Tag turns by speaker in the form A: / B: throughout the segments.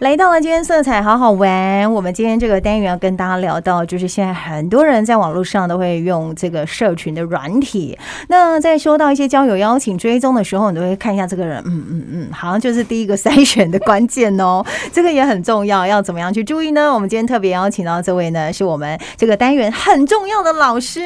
A: 来到了今天色彩好好玩，我们今天这个单元要跟大家聊到，就是现在很多人在网络上都会用这个社群的软体。那在收到一些交友邀请追踪的时候，你都会看一下这个人，嗯嗯嗯，好像就是第一个筛选的关键哦。这个也很重要，要怎么样去注意呢？我们今天特别邀请到这位呢，是我们这个单元很重要的老师，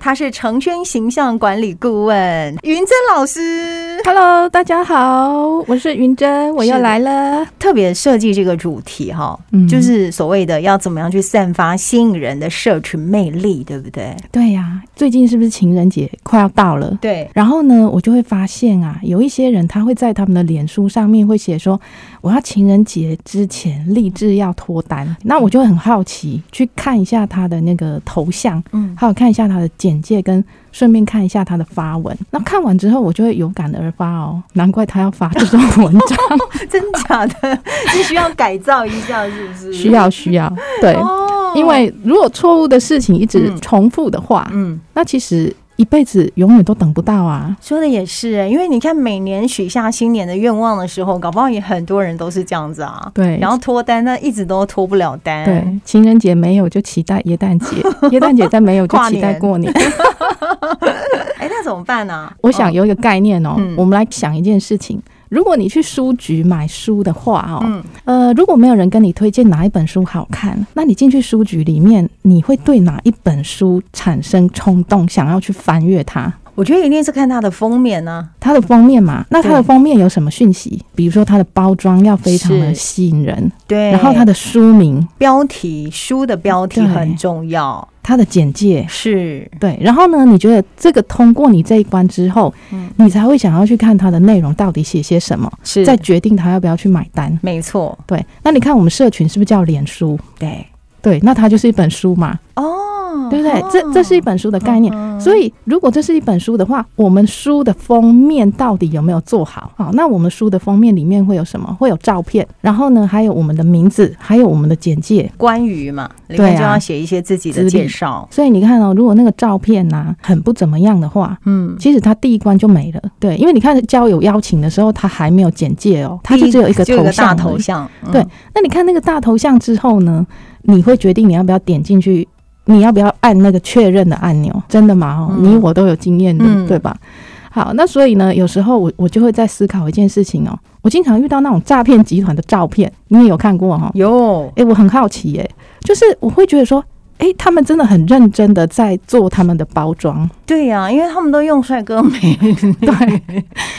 A: 他是成圈形象管理顾问云珍老师。
B: Hello，大家好，我是云珍，我又
A: 是的
B: 来了。
A: 特别设计这个主题哈，
B: 嗯
A: 就是所谓的要怎么样去散发吸引人的社群魅力，对不对？
B: 对呀、最近是不是情人节快要到了？
A: 对，
B: 然后呢，我就会发现啊，有一些人他会在他们的脸书上面会写说，我要情人节之前立志要脱单。那我就会很好奇，去看一下他的那个头像，
A: 嗯，
B: 还有看一下他的简介，跟顺便看一下他的发文。那看完之后，我就会有感而发哦，难怪他要发这种文 章，
A: 真假 的，是需要改造一下，是不是？
B: 需要需要，对。
A: 哦
B: 因为如果错误的事情一直
A: 嗯
B: 重复的话，
A: 嗯，
B: 那其实一辈子永远都等不到啊。
A: 说的也是，欸因为你看每年许下新年的愿望的时候，搞不好也很多人都是这样子啊。
B: 对，
A: 然后脱单，那一直都脱不了单。
B: 对，情人节没有就期待耶 诞节，耶诞节再没有就
A: 跨
B: 期待
A: 年
B: 过年。
A: 哎，那怎么办呢、
B: 我想有一个概念哦，
A: 嗯
B: 我们来想一件事情。如果你去书局买书的话，哦，
A: 嗯，
B: 呃，如果没有人跟你推荐哪一本书好看，那你进去书局里面，你会对哪一本书产生冲动，想要去翻阅它？
A: 我觉得一定是看它的封面啊呢、
B: 它的封面嘛，那它的
A: 对
B: 封面有什么讯息？比如说它的包装要非常的
A: 是
B: 吸引人，
A: 对，
B: 然后它的书名、
A: 标题，书的标题
B: 对
A: 很重要。
B: 它的简
A: 嗯
B: 介，
A: 是，
B: 对，然后呢，你觉得这个通过你这一关之后，
A: 嗯
B: 你才会想要去看它的内容到底写些什么，
A: 是
B: 再决定它要不要去买单。
A: 没错，
B: 对，那你看我们社群是不是叫脸书？
A: 对，
B: 对，那它就是一本书嘛，
A: 哦，
B: 对不对？
A: 哦
B: 这这是一本书的概念。
A: 嗯
B: 所以，如果这是一本书的话，我们书的封面到底有没有做好？好，那我们书的封面里面会有什么？会有照片，然后呢，还有我们的名字，还有我们的简介。
A: 关于嘛，里
B: 对
A: 面
B: 啊
A: 就要写一些自己的
B: 资
A: 介
B: 历
A: 绍。
B: 所以你看哦，如果那个照片呐、很不怎么样的话，
A: 嗯，
B: 其实他第一关就没了。对，因为你看交友邀请的时候，他还没有简介哦，他就只有一个
A: 就有一
B: 头
A: 个大
B: 像。
A: 头。像，嗯
B: 对，那你看那个大头像之后呢，你会决定你要不要点进去，你要不要按那个确认的按钮？真的吗？哦，
A: 嗯
B: 你我都有经验的，
A: 嗯
B: 对吧？好，那所以呢，有时候我我就会在思考一件事情哦，我经常遇到那种诈骗集团的照片，你也有看过哈、哦？
A: 有
B: 诶，我很好奇耶、就是我会觉得说，诶，他们真的很认真的在做他们的包装，
A: 对呀、因为他们都用帅哥美，
B: 对，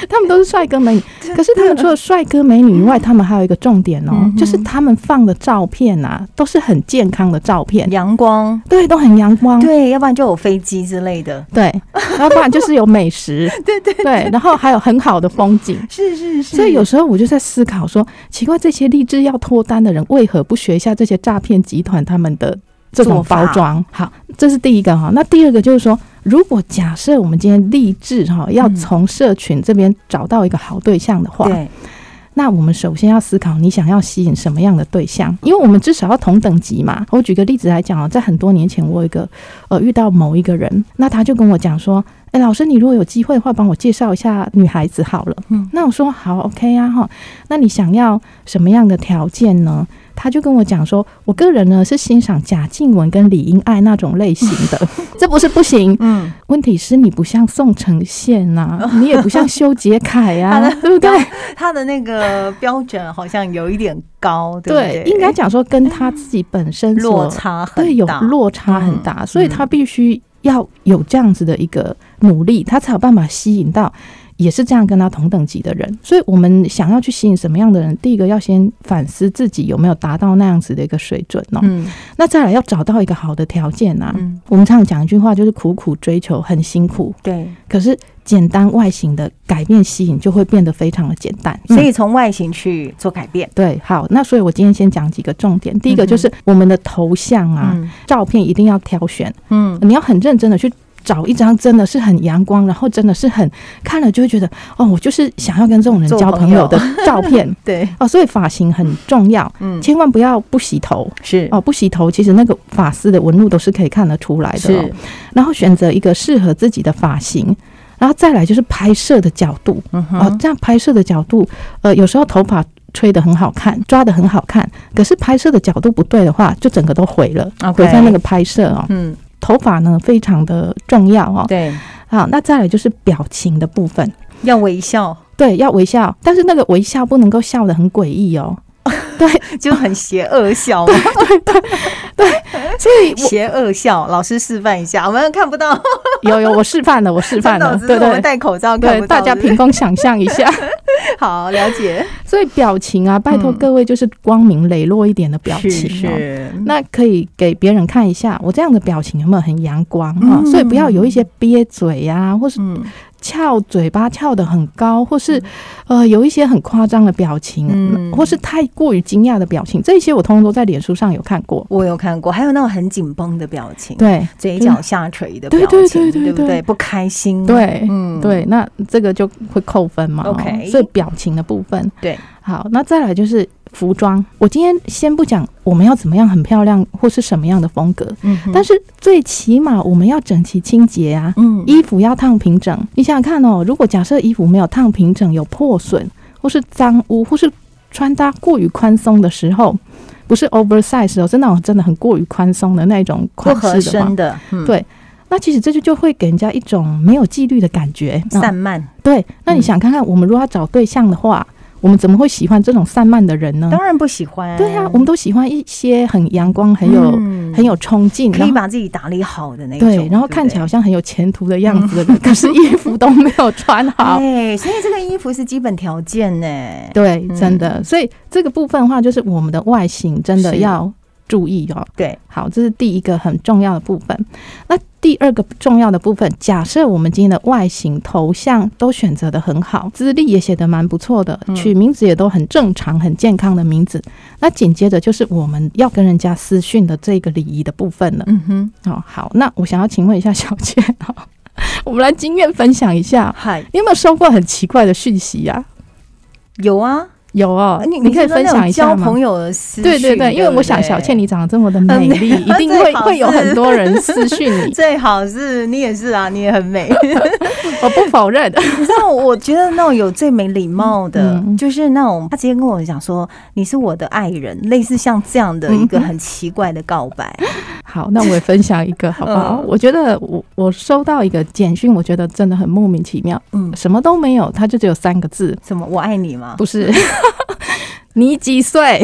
B: 他们都是帅哥美女。可是他们除了帅哥美女以外，他们还有一个重点哦，
A: 嗯哼
B: 就是他们放的照片啊，都是很健康的照片，
A: 阳光，
B: 对，都很阳光，
A: 对，要不然就有飞机之类的，
B: 对，要不然就是有 美食，对对对，然后还有很好的风景。
A: 是是是
B: 所以有时候我就在思考说，奇怪，这些立志要脱单的人为何不学一下这些诈骗集团他们的这种
A: 做法
B: 包装？好，这是第一个哈。那第二个就是说，如果假设我们今天立志哈要
A: 嗯
B: 从社群这边找到一个好对象的话，
A: 对，
B: 那我们首先要思考你想要吸引什么样的对象，因为我们至少要同等级嘛。我举个例子来讲哦，在很多年前，我有一个呃遇到某一个人，那他就跟我讲说。哎，老师，你如果有机会的话，帮我介绍一下女孩子好了。
A: 嗯，
B: 那我说好，OK 啊，哈。那你想要什么样的条件呢？他就跟我讲说，我个人呢是欣赏贾静雯跟李英爱那种类型 的，这不是不行。
A: 嗯，
B: 问题是你不像宋承宪呐、你也不像修杰楷 呀、
A: 他
B: 啊
A: 的，
B: 对不对？
A: 他的那个标准好像有一点高，对不
B: 对
A: 对？，
B: 应该讲说跟他自己本身所
A: 落差很大，
B: 对有落差很大，
A: 嗯
B: 所以他必须要有这样子的一个努力，他才有办法吸引到也是这样跟他同等级的人。所以我们想要去吸引什么样的人，第一个要先反思自己有没有达到那样子的一个水准哦。
A: 嗯
B: 那再来要找到一个好的条件啊。
A: 嗯，
B: 我们常常讲一句话，就是苦苦追求很辛苦，
A: 对，
B: 可是简单外形的改变吸引就会变得非常的简单。
A: 所以从外形去做改变，
B: 对，好，那所以我今天先讲几个重点。第一
A: 嗯
B: 个
A: 哼
B: 就是我们的头像啊，
A: 嗯
B: 照片一定要挑选，
A: 嗯，
B: 你要很认真的去找一张真的是很阳光，然后真的是很看了就会觉得哦，我就是想要跟这种人
A: 做
B: 交
A: 朋
B: 朋
A: 友
B: 友的 照片
A: 对，
B: 哦。所以发型很重要，
A: 嗯，
B: 千万不要不洗头
A: 是
B: 哦，不洗头其实那个发丝的纹路都是可以看得出来的、哦
A: 是。，
B: 然后选择一个适合自己的发型。然后再来就是拍摄的角度
A: 嗯
B: 哦，
A: 哼，
B: 这样拍摄的角度，呃，有时候头发吹得很好看，抓得很好看，可是拍摄的角度不对的话，就整个都毁了
A: OK
B: 毁在那个拍摄哦。
A: 嗯，
B: 头发呢非常的重要哦。
A: 对，
B: 好，那再来就是表情的部分，
A: 要微笑
B: 对，要微笑，但是那个微笑不能够笑得很诡 异哦。
A: 就很邪恶笑 嘛，
B: 所以
A: 邪恶笑，老师示范一下，我们看不到，
B: 我有有我示范了，我示范了，
A: 真的
B: 对
A: 只是我们
B: 对
A: 戴口罩看
B: 对
A: 不，到，
B: 大家
A: 是不是
B: 凭空想象一 下。
A: 好了解，
B: 所以表情啊，拜托
A: 嗯
B: 各位就是光明磊落一点的表情
A: 是
B: 哦。
A: 是，
B: 那可以给别人看一下，我这样的表情有没有很阳光啊、
A: 嗯
B: 所以不要有一些憋嘴呀、或是
A: 嗯
B: 翘嘴巴翘得很高，或是呃有一些很夸张的表情，
A: 嗯
B: 或是太过于惊讶的表情，这些我通通都在脸书上有看过。
A: 我有看过，还有那种很紧绷的表情，
B: 对
A: 嘴角下垂的表
B: 对
A: 情，
B: 对对对
A: 对不
B: 对
A: 对？不开心，，
B: 对、
A: 嗯，
B: 对，那这个就会扣分嘛。哦
A: OK
B: 所以表情的部分，
A: 对，
B: 好，那再来就是服装。我今天先不讲我们要怎么样很漂亮，或是什么样的风格，
A: 嗯哼，
B: 但是最起码我们要整齐清洁啊。
A: 嗯
B: 衣服要烫平整。你想想看哦，如果假设衣服没有烫平整，有破损，或是脏污，或是穿搭过于宽松的时候，不是 oversize 哦，是那种真的很过于宽松的那种
A: 不
B: 款
A: 合
B: 式的话
A: 身，的，嗯
B: 对那其实这就就会给人家一种没有纪律的感觉。
A: 散
B: 嗯
A: 漫，嗯
B: 对，那你想看看，我们如果要找对象的话，我们怎么会喜欢这种散漫的人呢？
A: 当然不喜欢，
B: 对呀、啊我们都喜欢一些很阳光、很有、
A: 啊嗯
B: 很有冲劲，
A: 可
B: 然
A: 以
B: 后
A: 把自己打理好的那种，
B: 对，然后
A: 不
B: 看起来好像很有前途的样子的 人，可是衣服都没有穿好。
A: 哎，所以这个衣服是基本条件呢，
B: 对，
A: 嗯
B: 真的，所以这个部分的话，就是我们的外形真的
A: 是
B: 要注意哦。
A: 对，
B: 好，这是第一个很重要的部分。那第二个重要的部分，假设我们今天的外形、头像都选择的很好，资历也写得蛮不错的，
A: 嗯
B: 取名字也都很正常、很健康的名字，那紧接着就是我们要跟人家私讯的这个礼仪的部分了。
A: 嗯哼，
B: 哦，好，那我想要请问一下小 倩哦，我们来经验分享一下，
A: 嗨，
B: 你有没有收过很奇怪的讯息啊呀、
A: 有啊，
B: 有哦，
A: 你
B: 可
A: 是
B: 以
A: 说
B: 分
A: 那种
B: 享一下
A: 交
B: 吗
A: 朋？友的私
B: 对对
A: 讯
B: 对，因为我想小倩你长得这么的美丽，
A: 嗯
B: 一定
A: 最
B: 会
A: 好
B: 会有
A: 是，
B: 很多人私讯你
A: 最好是你也是啊，你也很 美。
B: 我不否认。
A: 你知道，我觉得那种有最没礼貌的，
B: 嗯
A: 就是那种他直接跟我讲说你是我的爱人，
B: 嗯
A: 类似像这样的一个很奇怪的告白。
B: 好，那我也分享一个好不好？
A: 嗯
B: 我觉得我我收到一个简讯，我觉得真的很莫名其妙，
A: 嗯，
B: 什么都没有，它就只有三个字，
A: 什么我爱你 吗？
B: 不是。你几岁？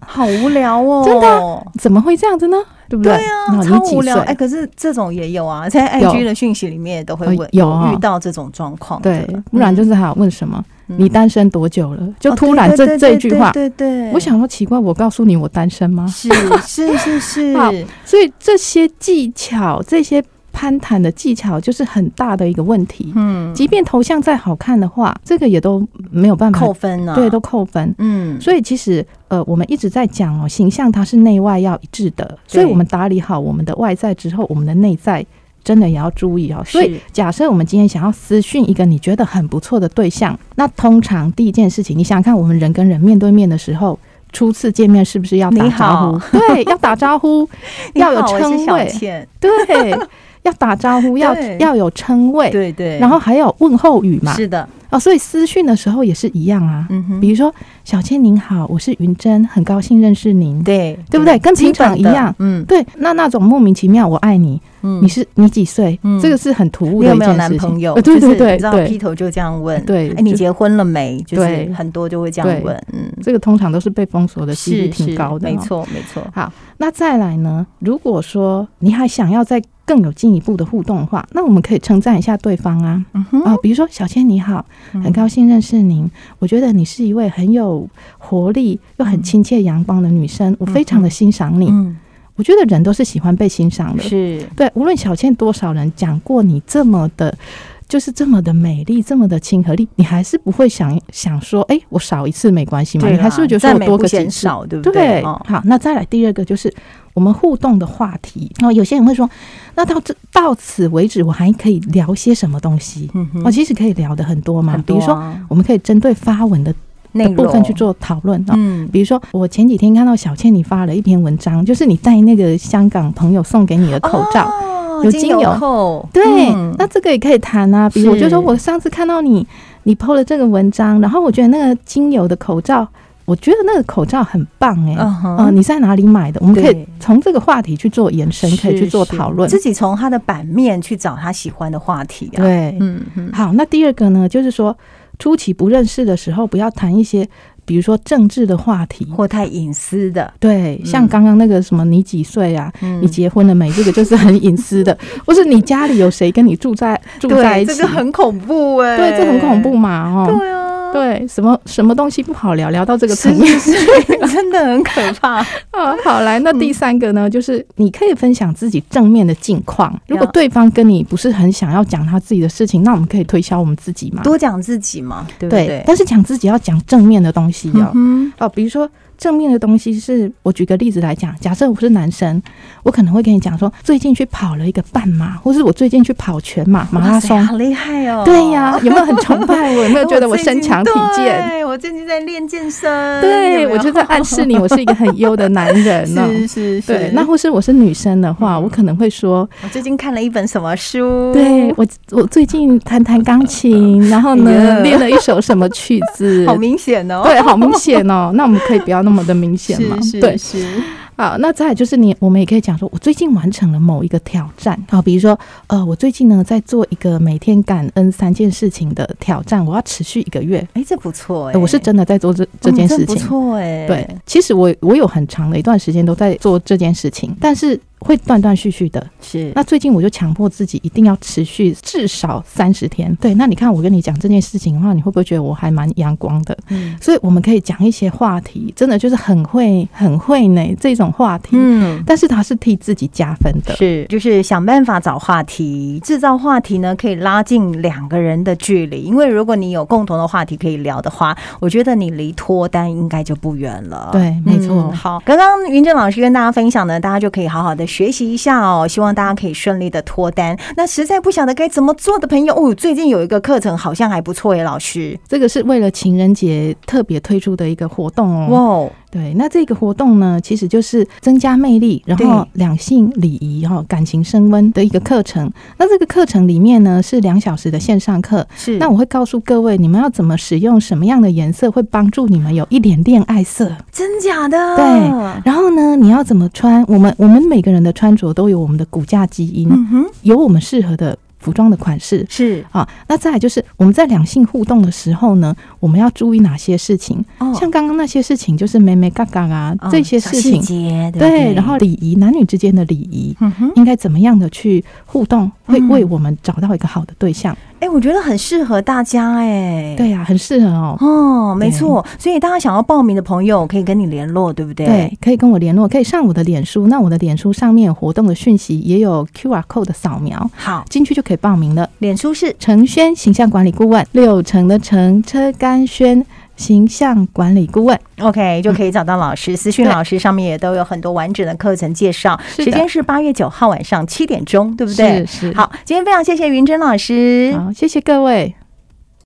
A: 好无聊哦，
B: 真怎么会这样子呢？对不
A: 对
B: 对？
A: 啊，
B: 哦
A: 超
B: 你几
A: 无聊。
B: 岁
A: 哎、可是这种也有啊，在
B: 有
A: IG 的讯息里面也都会
B: 呃
A: 问，
B: 有啊
A: 遇到这种状况的。
B: 对，不然就是还有问什么？
A: 嗯
B: 你单身多久了？就
A: 哦
B: 突然
A: 对
B: 这
A: 对
B: 这
A: 对
B: 一句话，
A: 对对对
B: 我。想说奇怪，我告诉你我单身吗？
A: 是是是 是，
B: 好所以这些技巧，这些攀谈的技巧，就是很大的一个问题。
A: 嗯，
B: 即便头像再好看的话，这个也都没有办法
A: 扣，分啊，
B: 对，都扣分。
A: 嗯，
B: 所以其实呃，我们一直在讲哦，形象它是内外要一致的，所以我们打理好我们的外在之后，我们的内在。真的也要注意哦。
A: 是
B: 所以，假设我们今天想要私讯一个你觉得很不错的对象，那通常第一件事情，你想想看，我们人跟人面对面的时候，初次见面是不是要打
A: 你
B: 招
A: 好
B: 呼？对，要打招呼，
A: 你
B: 要有
A: 好我是
B: 称
A: 小
B: 谓
A: 倩
B: 对，要打招呼，要
A: 对
B: 要有称谓，
A: 对对，
B: 然后还有问候语嘛。
A: 是的，
B: 哦，所以私讯的时候也是一样啊。
A: 嗯哼
B: 比如说，小倩您好，我是云珍，很高兴认识您。
A: 对
B: 对不对跟平常一样，
A: 基本的
B: 对，那那种莫名其妙我爱你，
A: 嗯
B: 你是你几岁？
A: 嗯
B: 这个是很突兀
A: 你
B: 的
A: 有
B: 一
A: 没有
B: 件
A: 男
B: 事情。
A: 朋友？
B: 呃
A: 就是
B: 对对
A: 你
B: 对
A: 知道劈
B: 对
A: 头就这样问。
B: 对，
A: 哎，你
B: 就
A: 结婚了没？就是
B: 对
A: 很多就会这样
B: 对
A: 问，嗯，
B: 这个通常都是被封锁的几率
A: 是
B: 挺
A: 是
B: 高的、哦
A: 没。错没错，
B: 好，那再来呢？如果说你还想要再更有进一步的互动的话，那我们可以称赞一下对方啊
A: 嗯哼
B: 啊、比如说小倩你好，
A: 嗯
B: 很高兴认识您。我觉得你是一位很有活力又很亲切阳光的女生，我非常的欣赏你。
A: 嗯，
B: 我觉得人都是喜欢被欣赏的，
A: 是
B: 对，无论小倩多少人讲过你这么的，就是这么的美丽，这么的亲和力，你还是不会想想说，哎，我少一次没关系嘛？
A: 对
B: 你
A: 啦，
B: 还是会觉得说
A: 赞
B: 我
A: 美
B: 多
A: 不
B: 个几
A: 嫌
B: 次。
A: 少，对不
B: 对，
A: 对？哦，
B: 好，那再来第二个就是我们互动的话题。然后有些人会说，那到这到此为止，我还可以聊些什么东西？
A: 嗯哼
B: 哦，其实可以聊的很多嘛，
A: 很
B: 比
A: 多
B: 如说
A: 啊
B: 我们可以针对发文的
A: 内
B: 的部分
A: 容
B: 去，做讨论啊。
A: 嗯，
B: 比如说，我前几天看到小倩你发了一篇文章，就是你戴那个香港朋友送给你的啊口罩，
A: 哦
B: 有
A: 精
B: 精油
A: 扣，
B: 对，
A: 嗯
B: 那这个也可以谈啊。比如我
A: 是
B: 就说我上次看到你，你 PO 了这个文章，然后我觉得那个精油的口罩我觉得那个口罩很棒哎、
A: 嗯哼
B: 呃，你在哪里买的？我们可以
A: 对
B: 从这个话题去做延伸，可以去做讨论。
A: 自己从他的版面去找他喜欢的话题啊。，
B: 对，
A: 嗯嗯，
B: 好，那第二个呢，就是说初期不认识的时候，不要谈一些比如说政治的话题。
A: 或太隐私的，
B: 对，
A: 嗯
B: 像刚刚那个什么你几岁啊？
A: 嗯
B: 你结婚了没？这个就是很隐私的， 或是你家里有谁跟你住在住在
A: 对，
B: 一
A: 这
B: 起？
A: 个很恐怖哎、
B: 对，这很恐怖。嘛，哦，
A: 对啊，
B: 对，什么什么东西不好聊，聊到这个层面
A: 是是是 真的很可怕。
B: 啊，好来，那
A: 嗯
B: 第三个呢，就是你可以分享自己正面的近况。如果
A: 了
B: 对方跟你不是很想要讲他自己的事情，那我们可以推销我们自己嘛？
A: 多讲自己嘛，对不
B: 对，但是讲自己要讲正面的东西哦。
A: 嗯
B: 哦，比如说正面的东西是，我举个例子来讲，假设我是男生，我可能会跟你讲说，最近去跑了一个半马，或是我最近去跑全马、
A: 哼
B: 马拉
A: 哇塞
B: 松。
A: 好厉害哦！
B: 对呀、有没有很崇拜我？有没
A: 哎，
B: 有觉得我身强体健？
A: 对我最近在练健身，有没
B: 对，
A: 有
B: 我就在暗示你，我是一个很优的男人呢、
A: 是是是，嗯
B: 对，那或是我是女生的话，我可能会说，
A: 我最近看了一本什么书？
B: 对我我最近弹弹钢琴，然后
A: 哎呀
B: 呢练了一首什么曲子
A: 好，明显哦，
B: 对，好明显哦。那我们可以不要那么的明显嘛？
A: 是
B: 对
A: 是，是，
B: 好，那再来就是你，我们也可以讲说，我最近完成了某一个挑战，好，比如说，呃，我最近呢在做一个每天感恩三件事情的挑战，我要持续一个月，
A: 哎，这不错哎，
B: 呃我是真的在做这这
A: 嗯
B: 件事
A: 不
B: 情，
A: 错哎，
B: 对，其实我我有很长的一段时间都在做这件事情，但是会断断续续的。
A: 是
B: 那最近我就强迫自己一定要持续至少三十天。对，那你看我跟你讲这件事情的话，你会不会觉得我还蛮阳光的？
A: 嗯
B: 所以我们可以讲一些话题，真的就是很会很会呢这种话题，
A: 嗯。
B: 但是它是替自己加分的。
A: 是，就是想办法找话题，制造话题呢，可以拉近两个人的距离。因为如果你有共同的话题可以聊的话，我觉得你离脱单应该就不远了。
B: 对没错
A: 嗯好，刚刚云正老师跟大家分享呢，大家就可以好好的学习一下哦。希望大家可以顺利的脱单。那实在不晓得该怎么做的朋友，哦，最近有一个课程好像还不错耶，老师。
B: 这个是为了情人节特别推出的一个活动哦。
A: 哇哦，
B: 对，那这个活动呢，其实就是增加魅力，然后
A: 对
B: 两性礼仪哈、感情升温的一个课程。那这个课程里面呢是两小时的线上课，
A: 是
B: 那我会告诉各位你们要怎么使用什么样的颜色会帮助你们有一点恋爱色，
A: 真假的？
B: 对然后呢你要怎么穿，我们我们每个人的穿着都有我们的骨架基因，
A: 嗯哼，
B: 有我们适合的服装的款式。
A: 是
B: 啊，那再来就是我们在两性互动的时候呢，我们要注意哪些事情？
A: 哦
B: 像刚刚那些事情，就是妹妹嘎嘎啊、
A: 哦
B: 这些
A: 小
B: 事
A: 细
B: 情，
A: 节对不
B: 对，然后礼仪，男女之间的礼仪。
A: 嗯哼。
B: 应该怎么样的去互动，会
A: 嗯
B: 为我们找到一个好的对象？
A: 哎、我觉得很适合大家哎、，
B: 对呀、很适合哦。
A: 哦，没错。所以大家想要报名的朋友可以跟你联络，对不对？
B: 对，可以跟我联络，可以上我的脸书。那我的脸书上面有活动的讯息也有 QR code 的扫描，
A: 好，
B: 进去就可以报名了。
A: 脸书是
B: 程轩形象管理顾问，六成的程车甘轩形象管理顾问。
A: OK，就可以找到老师，私讯
B: 对
A: 老师上面也都有很多完整的课程介绍。
B: 是的
A: 时间是八月九号晚上七点钟，对不对？
B: 是是。
A: 好，今天非常谢谢云珍老师，
B: 好，谢谢各位。